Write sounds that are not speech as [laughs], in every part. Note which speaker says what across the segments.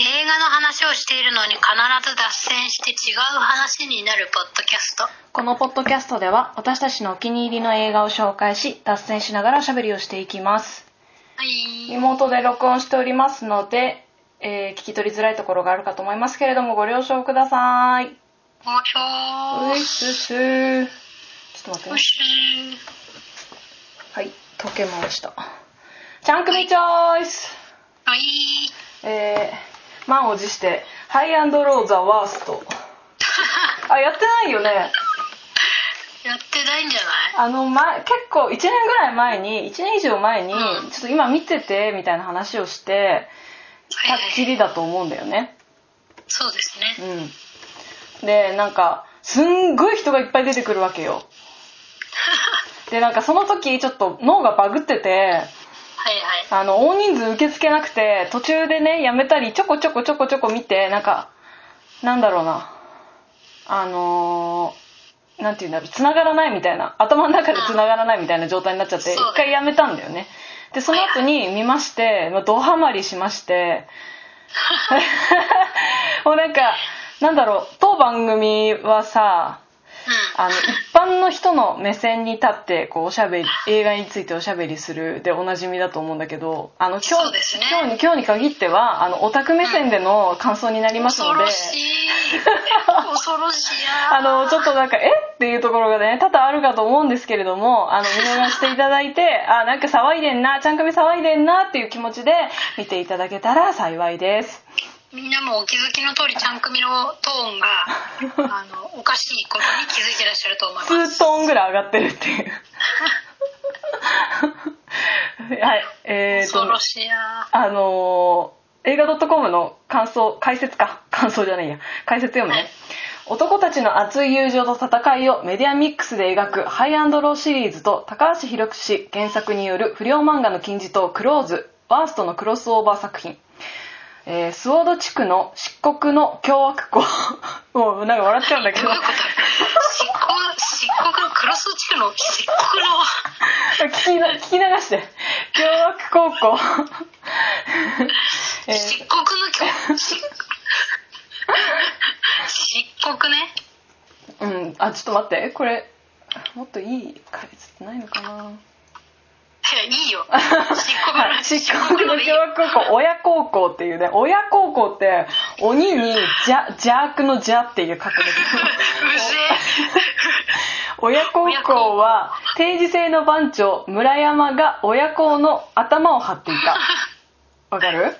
Speaker 1: 映画の話をしているのに必ず脱線して違う話になるポッドキャスト
Speaker 2: このポッドキャストでは私たちのお気に入りの映画を紹介し脱線しながらおしゃべりをしていきます
Speaker 1: はい
Speaker 2: リモートで録音しておりますので、えー聞き取りづらいところがあるかと思いますけれどもご了承ください
Speaker 1: おしょ
Speaker 2: う
Speaker 1: ー
Speaker 2: いすーすーちょっと待って
Speaker 1: お
Speaker 2: ね
Speaker 1: しー
Speaker 2: はい溶けましたちゃん組チョイス
Speaker 1: おい
Speaker 2: えー、満を持してハイアンドローザワーストあやってないよね
Speaker 1: ーやってないんじゃない
Speaker 2: あの、ま、結構1年ぐらい前に1年以上前に、
Speaker 1: うん
Speaker 2: ちょっと今見ててみたいな話をして
Speaker 1: は
Speaker 2: たっ
Speaker 1: い
Speaker 2: きりだと思うんだよね
Speaker 1: そうですね
Speaker 2: うんでなんかすんごい人がいっぱい出てくるわ
Speaker 1: [laughs]
Speaker 2: けよでなんかその時ちょっと脳がバグってて
Speaker 1: はいはい
Speaker 2: あの大人数受け付けなくて途中でねやめたりちょこちょこちょこちょこ見てなんかなんだろうなあのーなんて言うんだろう繋がらないみたいな頭の中で繋がらないみたいな状態になっちゃって
Speaker 1: そうだよ
Speaker 2: 一回やめたんだよねでその後に見まして、まあ、ドハマりしまして
Speaker 1: [laughs]
Speaker 2: もうなんかなんだろう当番組はさ
Speaker 1: うん
Speaker 2: あの一般の人の目線に立ってこうおしゃべり映画についておしゃべりするでおなじみだと思うんだけどあの今
Speaker 1: そう
Speaker 2: 日,、
Speaker 1: ですね
Speaker 2: 今日に今日に限ってはあのオタク目線での感想になります
Speaker 1: 恐
Speaker 2: ので、
Speaker 1: ろしい恐ろしいや
Speaker 2: [laughs] あのちょっとなんかえっていうところがね多々あるかと思うんですけれどもあの見逃していただいてあなんか騒いでんなちゃんかみ騒いでんなっていう気持ちで見ていただけたら幸いです。
Speaker 1: みんなもお気づきの通りちゃん組のトーン
Speaker 2: [laughs]
Speaker 1: があのおかしいことに気づいてらっしゃると思います
Speaker 2: 2トーンぐらい上がってるっ
Speaker 1: [laughs]
Speaker 2: ていう。はい、えーと
Speaker 1: 恐ろしいや
Speaker 2: あのー、映画 .com の感想、解説か。感想じゃないや。解説読む
Speaker 1: は
Speaker 2: ね
Speaker 1: い。
Speaker 2: 男たちの熱い友情と戦いをメディアミックスで描くハイアンドローシリーズと高橋博士原作による不良漫画の金字塔クローズ、ワーストのクロスオーバー作品。えースウォード地区の漆黒の凶悪校。 [laughs] もうなんか笑っちゃうんだけ
Speaker 1: ど
Speaker 2: ど
Speaker 1: ういう。こと漆黒漆黒のクロス地区の漆黒の
Speaker 2: 聞きな聞き流して。凶悪
Speaker 1: [laughs]
Speaker 2: 高校。えー
Speaker 1: 漆黒の教漆漆黒ね
Speaker 2: うん、あ、ちょっと待って、これ、もっといい解説ってないのかない
Speaker 1: やいいよ漆黒の
Speaker 2: 漆
Speaker 1: 漆
Speaker 2: 黒
Speaker 1: 黒
Speaker 2: の
Speaker 1: の
Speaker 2: 共
Speaker 1: いいよ
Speaker 2: 和高校、親高校っていうね、親高校って、鬼に、じゃ、邪悪の邪っていう書くんだけど、
Speaker 1: うぜ
Speaker 2: 親高校は、定時制の番長、村山が親校の頭を張っていた。わかる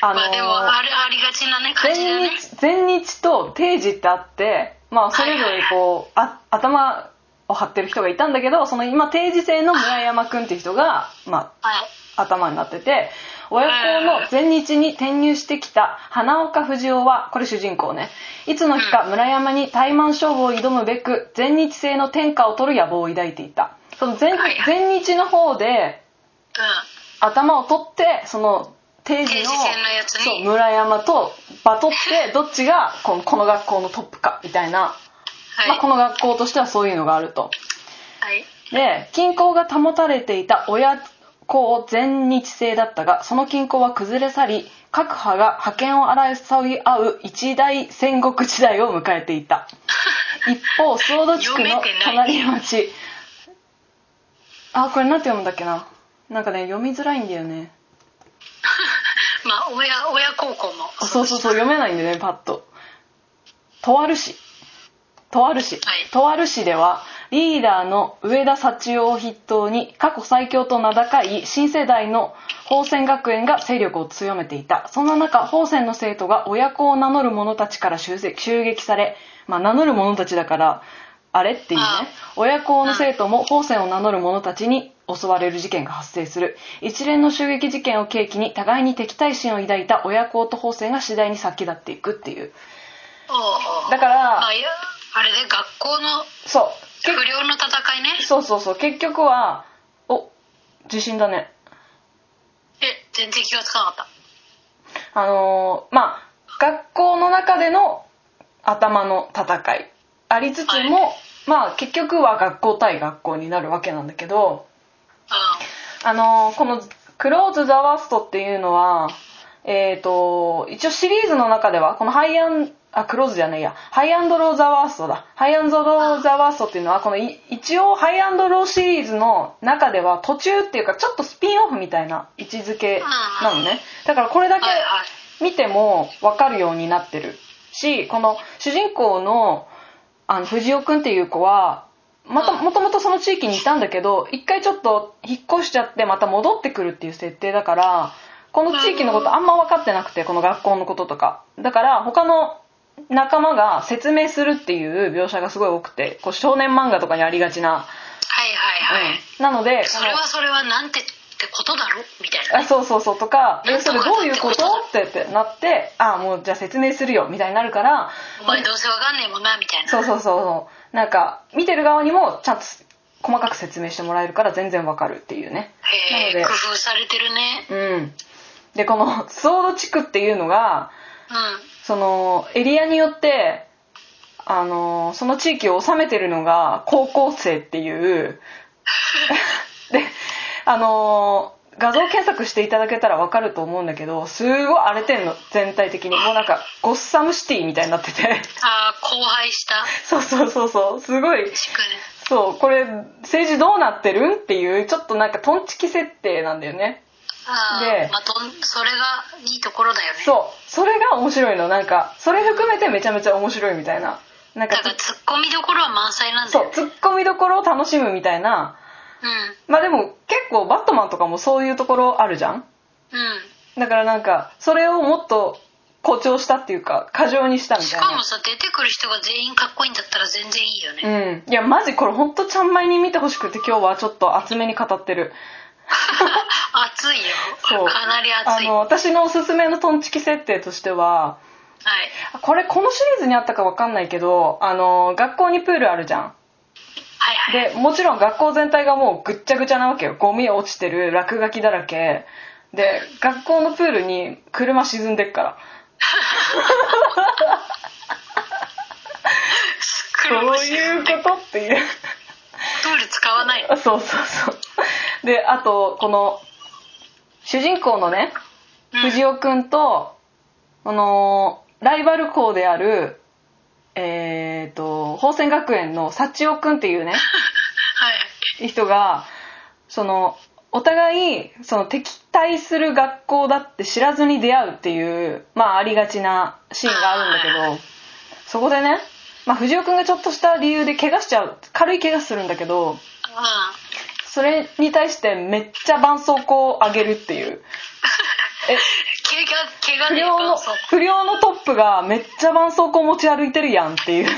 Speaker 2: あ
Speaker 1: まあでもあるありがちなね感じだ
Speaker 2: 前
Speaker 1: ね
Speaker 2: 日前日と定時ってあって、まあ、それぞれこう、あ頭を張ってる人がいたんだけどその今定時制の村山君っていう人が、ま
Speaker 1: はい
Speaker 2: あ、頭になってて親子の前日に転入してきた花岡不二夫はこれ主人公ねいつの日か村山に怠慢勝負を挑むべく前日制の天下を取る野望を抱いていたその前
Speaker 1: はいはい
Speaker 2: 前日の方で
Speaker 1: う
Speaker 2: 頭を取ってその定時
Speaker 1: 定時
Speaker 2: の
Speaker 1: 制のやつに
Speaker 2: そう村山とバト
Speaker 1: [laughs]
Speaker 2: ってどっちがこのこの学校のトップかみたいな、
Speaker 1: ん
Speaker 2: ま
Speaker 1: は
Speaker 2: あ、
Speaker 1: い
Speaker 2: この学校としてはそういうのがあると
Speaker 1: はい
Speaker 2: で均衡が保たれていた親校全日制だったがその均衡は崩れ去り各派が覇権を争い合う一大戦国時代を迎えてい
Speaker 1: [laughs]
Speaker 2: た一方スウォード地区
Speaker 1: 読め
Speaker 2: の
Speaker 1: てない
Speaker 2: 隣町あこれなんて読むんだっけななんかね読みづらいんだよね
Speaker 1: まあ親親高校も
Speaker 2: あそうそうそう読めないんでねパッととある市とある市、
Speaker 1: はい
Speaker 2: とある市ではリーダーの上田幸男を筆頭に過去最強と名高い新世代の宝泉学園が勢力を強めていたそんな中宝泉の生徒が親子を名乗る者たちから襲撃襲撃され、まあ、名乗る者たちだからあれっていうね
Speaker 1: あ
Speaker 2: 親子の生徒も宝泉を名乗る者たちに襲われる事件が発生する一連の襲撃事件を契機に互いに敵対心を抱いた親子と宝泉が次第に先立っていくっていう
Speaker 1: おうおう
Speaker 2: だから
Speaker 1: まあいやあれで学校の
Speaker 2: そう
Speaker 1: 不良の戦いね
Speaker 2: けそうそうそう結局はお地震だね
Speaker 1: え全然気がつかなかっ
Speaker 2: あのーまあ学校の中での頭の戦いありつつも、
Speaker 1: は
Speaker 2: まあ結局は学校対学校になるわけなんだけど
Speaker 1: たうん
Speaker 2: あのーこの「クローズ・ザ・ワースト」っていうのはえっ、と、一応シリーズの中では、このハイアン、あ、クローズじゃないや、ハイアンドローザワーストだ。ハイアンドローザワーストっていうのは、このい一応ハイアンドローシリーズの中では途中っていうか、ちょっとスピンオフみたいな位置づけなのね。だからこれだけ
Speaker 1: はいはい
Speaker 2: 見ても分かるようになってるしこの主人公のあの藤尾くんっていう子はまた
Speaker 1: うん
Speaker 2: もともとその地域にいたんだけど一回ちょっと引っ越しちゃってまた戻ってくるっていう設定だからこの地域のことあんま分かってなくてこの学校のこととかだから他の仲間が説明するっていう描写がすごい多くてこう少年漫画とかにありがちな、
Speaker 1: はいはいはい、
Speaker 2: うんなので
Speaker 1: それはそれはなんてってことだろみたいな
Speaker 2: あそうそうそうとか「
Speaker 1: な
Speaker 2: え
Speaker 1: んと
Speaker 2: そ
Speaker 1: か
Speaker 2: れどういうこと?」
Speaker 1: なん
Speaker 2: ってってなって「あもうじゃあ説明するよ」みたいになるから
Speaker 1: お前どうせわかんねえもんなみたいな
Speaker 2: そうそうそうそうなんか見てる側にもちゃんと細かく説明してもらえるから全然わかるっていうね
Speaker 1: へえ
Speaker 2: なので
Speaker 1: 工夫されてるね
Speaker 2: うんでこのソード地区っていうのが
Speaker 1: うん
Speaker 2: そのエリアによってあのその地域を治めてるのが高校生っていう [laughs] であのー画像検索していただけたらわかると思うんだけどすごい荒れてんの全体的にもうなんかゴッサムシティみたいになって [laughs] て
Speaker 1: ああ荒廃した
Speaker 2: そうそうそうそうすごい
Speaker 1: 地区ね
Speaker 2: そうこれ政治どうなってるんっていうちょっとなんかトンチキ設定なんだよね
Speaker 1: あ
Speaker 2: で
Speaker 1: あまあどんそれがいいところだよね
Speaker 2: そうそれが面白いのなんかそれ含めてめちゃめちゃ面白いみたいななんか
Speaker 1: だからツッコミどころは満載なんだ
Speaker 2: そ
Speaker 1: よ
Speaker 2: うツッコミどころを楽しむみたいな
Speaker 1: うん
Speaker 2: まあでも結構バットマンとかもそういうところあるじゃん
Speaker 1: うん
Speaker 2: だからなんかそれをもっと誇張したっていうか過剰にしたみ
Speaker 1: した
Speaker 2: い
Speaker 1: かも
Speaker 2: な
Speaker 1: さ出てくる人が全員かっこいいんだったら全然いいよね、
Speaker 2: うんいやマジこれほんとちゃんまいに見てほしくて今日はちょっと厚めに語ってる
Speaker 1: 暑いよ
Speaker 2: そう
Speaker 1: かなり
Speaker 2: あ
Speaker 1: 暑い
Speaker 2: の私のおすすめのトンチキ設定としては
Speaker 1: はい
Speaker 2: これこのシリーズにあったかわかんないけどあの学校にプールあるじゃん
Speaker 1: はいはい
Speaker 2: でもちろん学校全体がもうぐっちゃぐちゃなわけよゴミ落ちてる落書きだらけで学校のプールに車沈んでっからど
Speaker 1: 車
Speaker 2: う
Speaker 1: 椅子
Speaker 2: いうことっていう
Speaker 1: プール使わない
Speaker 2: あそうそうそうであとこの主人公のね
Speaker 1: うん
Speaker 2: 藤尾くんと、あのーライバル校であるえっ、と宝仙学園の幸男くんっていうね
Speaker 1: はい
Speaker 2: 人がそのお互いその敵対する学校だって知らずに出会うっていうまあありがちなシーンがあるんだけどそこでね、まあ、藤尾くんがちょっとした理由で怪我しちゃう軽い怪我するんだけど
Speaker 1: う
Speaker 2: それに対してめっちゃ絆創膏をあげるっていうえ
Speaker 1: ん毛が毛が
Speaker 2: 不
Speaker 1: ね
Speaker 2: 良の
Speaker 1: そう
Speaker 2: 不良のトップがめっちゃ絆創膏持ち歩いてるやんっていう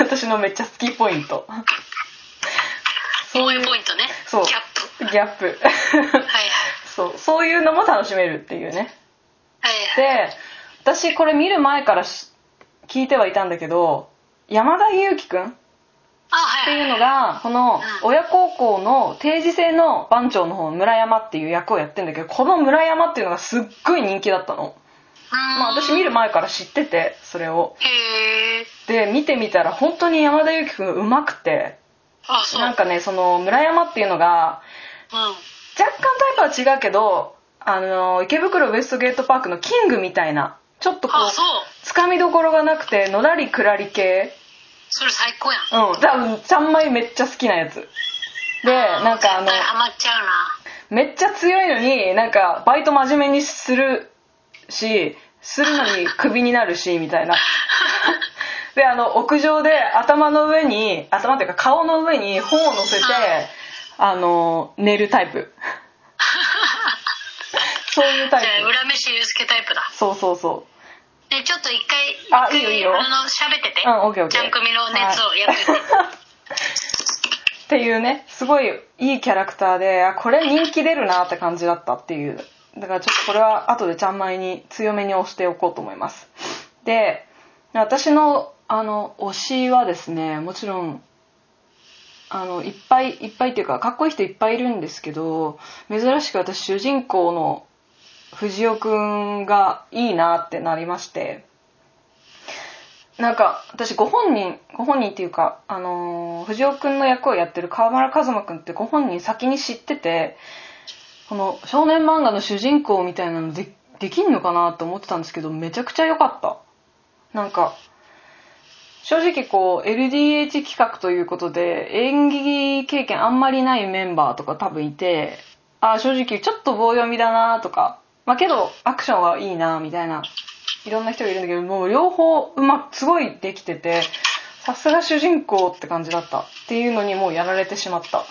Speaker 2: 私のめっちゃ好きポイント
Speaker 1: そういうポイントね
Speaker 2: そう
Speaker 1: キャップ
Speaker 2: ギャップ
Speaker 1: はい
Speaker 2: そうそういうのも楽しめるっていうね
Speaker 1: はいはいはい
Speaker 2: で私これ見る前からし聞いてはいたんだけど山田裕貴くんっ
Speaker 1: あは
Speaker 2: て
Speaker 1: い
Speaker 2: い
Speaker 1: は
Speaker 2: う
Speaker 1: い
Speaker 2: のがこの
Speaker 1: うん
Speaker 2: 親孝行の定時制の番長の方の村山っていう役をやってんだけどこの村山っていうのがすっごい人気だったのまあ私見
Speaker 1: る
Speaker 2: る前から知っててそれを
Speaker 1: へえ
Speaker 2: で見てみたら本当に山田裕貴くんがうまくて
Speaker 1: あそう
Speaker 2: なんかねその村山っていうのが
Speaker 1: うん
Speaker 2: 若干タイプは違うけどあの池袋ウエストゲートパークのキングみたいなちょっとこ
Speaker 1: あそう
Speaker 2: うつかみどころがなくてのらりくらり系
Speaker 1: それ最高やん
Speaker 2: うんだうんちゃんまいめっちゃ好きなやつでなんかあの
Speaker 1: 絶対ハマっちゃうな
Speaker 2: めっちゃ強いのになんかバイト真面目にするしするのにクビになるしみた
Speaker 1: [laughs]
Speaker 2: いなであの屋上で頭の上に頭っていうか顔の上に本を乗せてあの寝るタ
Speaker 1: [laughs]
Speaker 2: イプそういうタイ
Speaker 1: じゃあ
Speaker 2: プ
Speaker 1: 裏飯ゆうすけタイプだ
Speaker 2: そうそうそ
Speaker 1: でちょっと一回一
Speaker 2: あ
Speaker 1: 回
Speaker 2: いいよいいよ
Speaker 1: あの喋ってて
Speaker 2: ううんオッケーオッケ
Speaker 1: ジ
Speaker 2: ー
Speaker 1: ャン組の熱をやってて、
Speaker 2: っていうねすごいいいキャラクターであこれ人気出るなって感じだったっていうだからちょっとこれは後でちゃんまいに強めに押しておこうと思いますで私のあの推しはですねもちろんあのいっぱいいっぱいっていうかかっこいい人いっぱいいるんですけど珍しく私主人公の藤尾くんがいいなってなりましてなんか私ご本人ご本人っていうか、あのー藤尾くんの役をやってる川村一馬くんってご本人先に知っててこの少年漫画の主人公みたいなのでできんのかなと思ってたんですけどめちゃくちゃ良かったなんか正直こう LDH 企画ということで演劇経験あんまりないメンバーとか多分いてあー正直ちょっと棒読みだなとかまあけどアクションはいいなみたいないろんな人がいるんだけどもう両方うますごいできててさすが主人公って感じだったっていうのにもうやられてしまった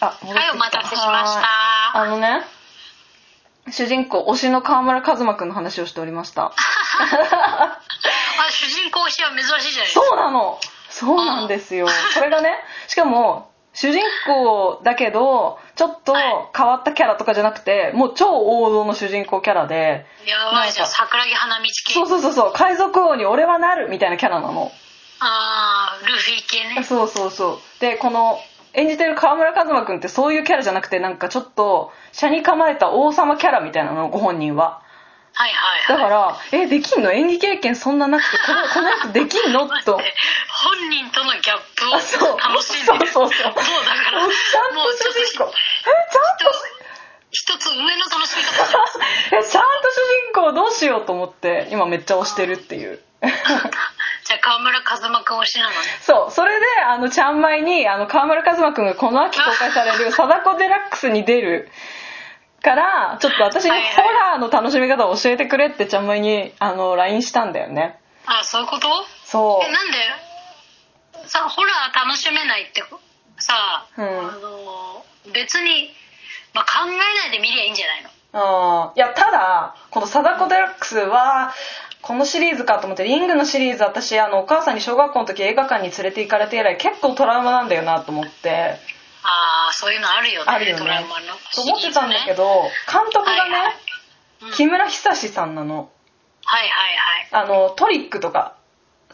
Speaker 2: あ
Speaker 1: [laughs]
Speaker 2: 戻ってき
Speaker 1: はい、お待たせしまし
Speaker 2: はーい
Speaker 1: た。
Speaker 2: あのね、主人公、推しの河村和馬くんの話をしておりました。
Speaker 1: あ、主人公推しは珍しいじゃないです
Speaker 2: そ
Speaker 1: か。
Speaker 2: うなのそうなんですよ。これがね、しかも、主人公だけど、ちょっと変わったキャラとかじゃなくて、もう超王道の主人公キャラで、
Speaker 1: やばいじゃん、
Speaker 2: なん
Speaker 1: 桜木花道系
Speaker 2: そう。そうそうそう、海賊王に俺はなるみたいなキャラなの。
Speaker 1: あー、ルフィ系ね。
Speaker 2: そうそうそう。で、この、演じてる河村和馬くんってそういうキャラじゃなくて、なんかちょっと、車に構えた王様キャラみたいなの、ご本人は。
Speaker 1: はいはい
Speaker 2: だ
Speaker 1: はい。
Speaker 2: から、え、できんの演技経験そんななくて、
Speaker 1: [laughs]
Speaker 2: この、このやつできんのと。
Speaker 1: 本人とのギャップを
Speaker 2: あ、そう。
Speaker 1: 楽しんでる。
Speaker 2: そうそうそう。
Speaker 1: もうだから
Speaker 2: おっちゃん
Speaker 1: もう
Speaker 2: と
Speaker 1: ちょっと
Speaker 2: 主人公。え、ちゃんと、
Speaker 1: 一つ上の楽しみ方 [laughs] じゃん
Speaker 2: え、ちゃんと [laughs] 主人公どうしようと思って、今めっちゃ推してるっていう。 [laughs]
Speaker 1: じゃあ川村一馬くん推しなのね
Speaker 2: そう。それで、あの、ちゃんまいに、あの、河村和馬くんがこの秋公開される、貞子デラックスに出る。から、ちょっと私にホ
Speaker 1: はいはい
Speaker 2: ラーの楽しみ方を教えてくれってちゃんまいに、あの、LINE したんだよね。
Speaker 1: あそういうこと
Speaker 2: そう
Speaker 1: え。なんでさホラー楽しめないってさ、
Speaker 2: うん
Speaker 1: あの別に、まあ、考えないで見りゃいいんじゃないの
Speaker 2: あーいやただこの「貞子デラックス」はこのシリーズかと思ってリングのシリーズ私あのお母さんに小学校の時映画館に連れて行かれて以来結構トラウマなんだよなと思って
Speaker 1: ああそういうのあるよね
Speaker 2: あるよ
Speaker 1: トラウ
Speaker 2: ね
Speaker 1: マの
Speaker 2: と思ってたんだけど監督が
Speaker 1: はいはい
Speaker 2: ね
Speaker 1: うん
Speaker 2: 木村久志さんなの
Speaker 1: はいはいはい
Speaker 2: あのトリックとか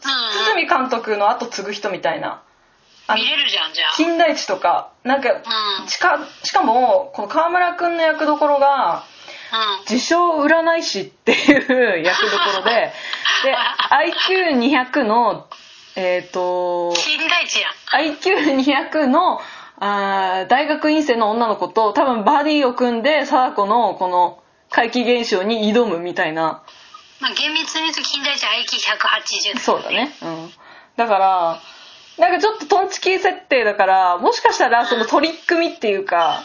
Speaker 1: うんうん
Speaker 2: 堤監督の後継ぐ人みたいなあの
Speaker 1: 見れるじゃんじゃ
Speaker 2: 金田一とかなんか
Speaker 1: あうん
Speaker 2: しかしかもこの川村君の役どころが
Speaker 1: うん
Speaker 2: 自称占い師っていう役どころでで IQ200 のえっ、と
Speaker 1: 金田一やん
Speaker 2: IQ200 のあー大学院生の女の子と多分バディを組んで貞子のこの怪奇現象に挑むみたいな
Speaker 1: まあ、厳密に言うと金田一は IQ180
Speaker 2: そうだねうんだからなんかちょっとトンチキー設定だからもしかしたらその取り組みっていうか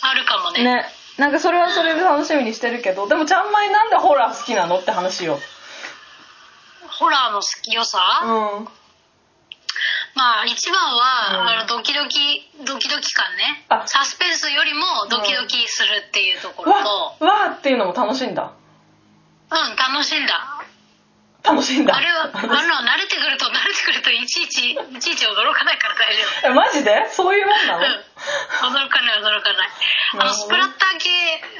Speaker 1: あるかもね
Speaker 2: ねなんかそれはそれで楽しみにしてるけどでもちゃんまいなんでホラー好きなのって話よ
Speaker 1: ホラーの好き良さ、
Speaker 2: うん
Speaker 1: まあ一番は、
Speaker 2: うん
Speaker 1: あのドキドキドキドキ感ね
Speaker 2: あ
Speaker 1: サスペンスよりもドキドキするっていうところと
Speaker 2: わわーっていうのも楽しいん
Speaker 1: う
Speaker 2: だ
Speaker 1: ん楽しんだ
Speaker 2: 楽しいんだ
Speaker 1: あれはあの慣れてくると慣れてくるといちいちいちいち驚かないから大丈
Speaker 2: えマジでそういうもんなの、
Speaker 1: 夫うん驚かない驚かないあ
Speaker 2: なるほど
Speaker 1: のスプラッター系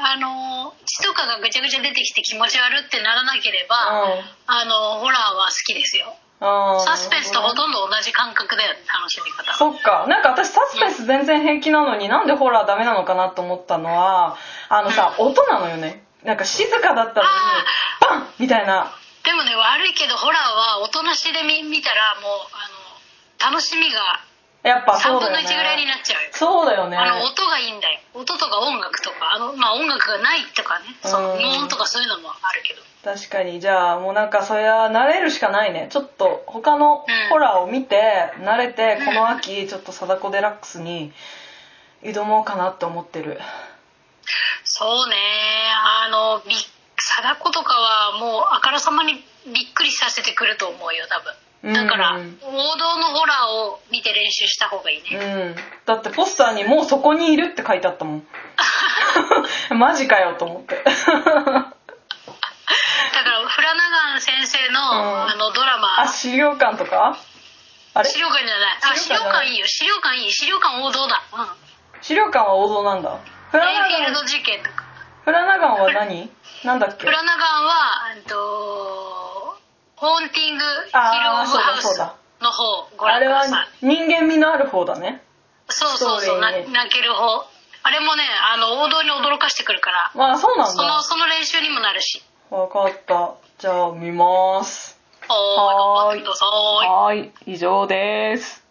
Speaker 1: あの血とかがぐちゃぐちゃ出てきて気持ち悪ってならなければ、
Speaker 2: うん
Speaker 1: あのホラーは好きですよ
Speaker 2: あー
Speaker 1: サスペンスとほとんど同じ感覚だよね楽しみ方
Speaker 2: そっかなんか私サスペンス全然平気なのになんでホラーダメなのかなと思ったのはあのさ音なのよねなんか静かだったのにバンみたいな
Speaker 1: でもね悪いけどホラーはおとなしで見見たらもうあの楽しみが
Speaker 2: やっぱそ
Speaker 1: 3
Speaker 2: う
Speaker 1: 分
Speaker 2: だよ
Speaker 1: の
Speaker 2: ね
Speaker 1: 1ぐらいになっちゃうよ
Speaker 2: そうだよね
Speaker 1: あの音がいいんだよ音とか音楽とかあの、まあ、音楽がないとかねその
Speaker 2: うん
Speaker 1: 無音とかそういうのもあるけど
Speaker 2: 確かにじゃあもうなんかそれは慣れるしかないねちょっと他のホラーを見て慣れてこの秋ちょっと貞子デラックスに挑もうかなって思ってる
Speaker 1: そうねあのび貞子とかはもうあからさまにびっくりさせてくると思うよ多分だから
Speaker 2: う
Speaker 1: 王
Speaker 2: ん
Speaker 1: 道のホラーを見て練習した方がいいね、
Speaker 2: うんだってポスターに「もうそこにいる」って書いてあったも
Speaker 1: [laughs]
Speaker 2: んマジかよと思って
Speaker 1: だからフラナガン先生の,、
Speaker 2: うん
Speaker 1: あのドラマ
Speaker 2: あ資料館とかあれ
Speaker 1: 資料館じゃないあ資
Speaker 2: 資
Speaker 1: 料
Speaker 2: 料
Speaker 1: 館
Speaker 2: 館
Speaker 1: いいよ資料館いい資料館王道だうん
Speaker 2: 資料館は王道なんだフラ
Speaker 1: レイフィー
Speaker 2: ナ
Speaker 1: ル
Speaker 2: ガ
Speaker 1: ド
Speaker 2: ン
Speaker 1: 事件とか
Speaker 2: フラナガンは何なんだっけ
Speaker 1: フラナガンはえっとホーンティングヒルオ
Speaker 2: あー
Speaker 1: ブハウ
Speaker 2: そう
Speaker 1: ス
Speaker 2: だ
Speaker 1: の方ご覧
Speaker 2: あ
Speaker 1: く
Speaker 2: れ
Speaker 1: だ
Speaker 2: は
Speaker 1: さい
Speaker 2: 人間味のある方だね
Speaker 1: そうそうそう
Speaker 2: ストー
Speaker 1: な
Speaker 2: リーに
Speaker 1: 泣ける方あれもねあの王道に驚かしてくるから
Speaker 2: まあそうなん
Speaker 1: その
Speaker 2: だ
Speaker 1: その練習にもなるし
Speaker 2: わかったじゃあ見ます
Speaker 1: おーい頑張
Speaker 2: は
Speaker 1: っ
Speaker 2: ーい
Speaker 1: てください
Speaker 2: はい以上です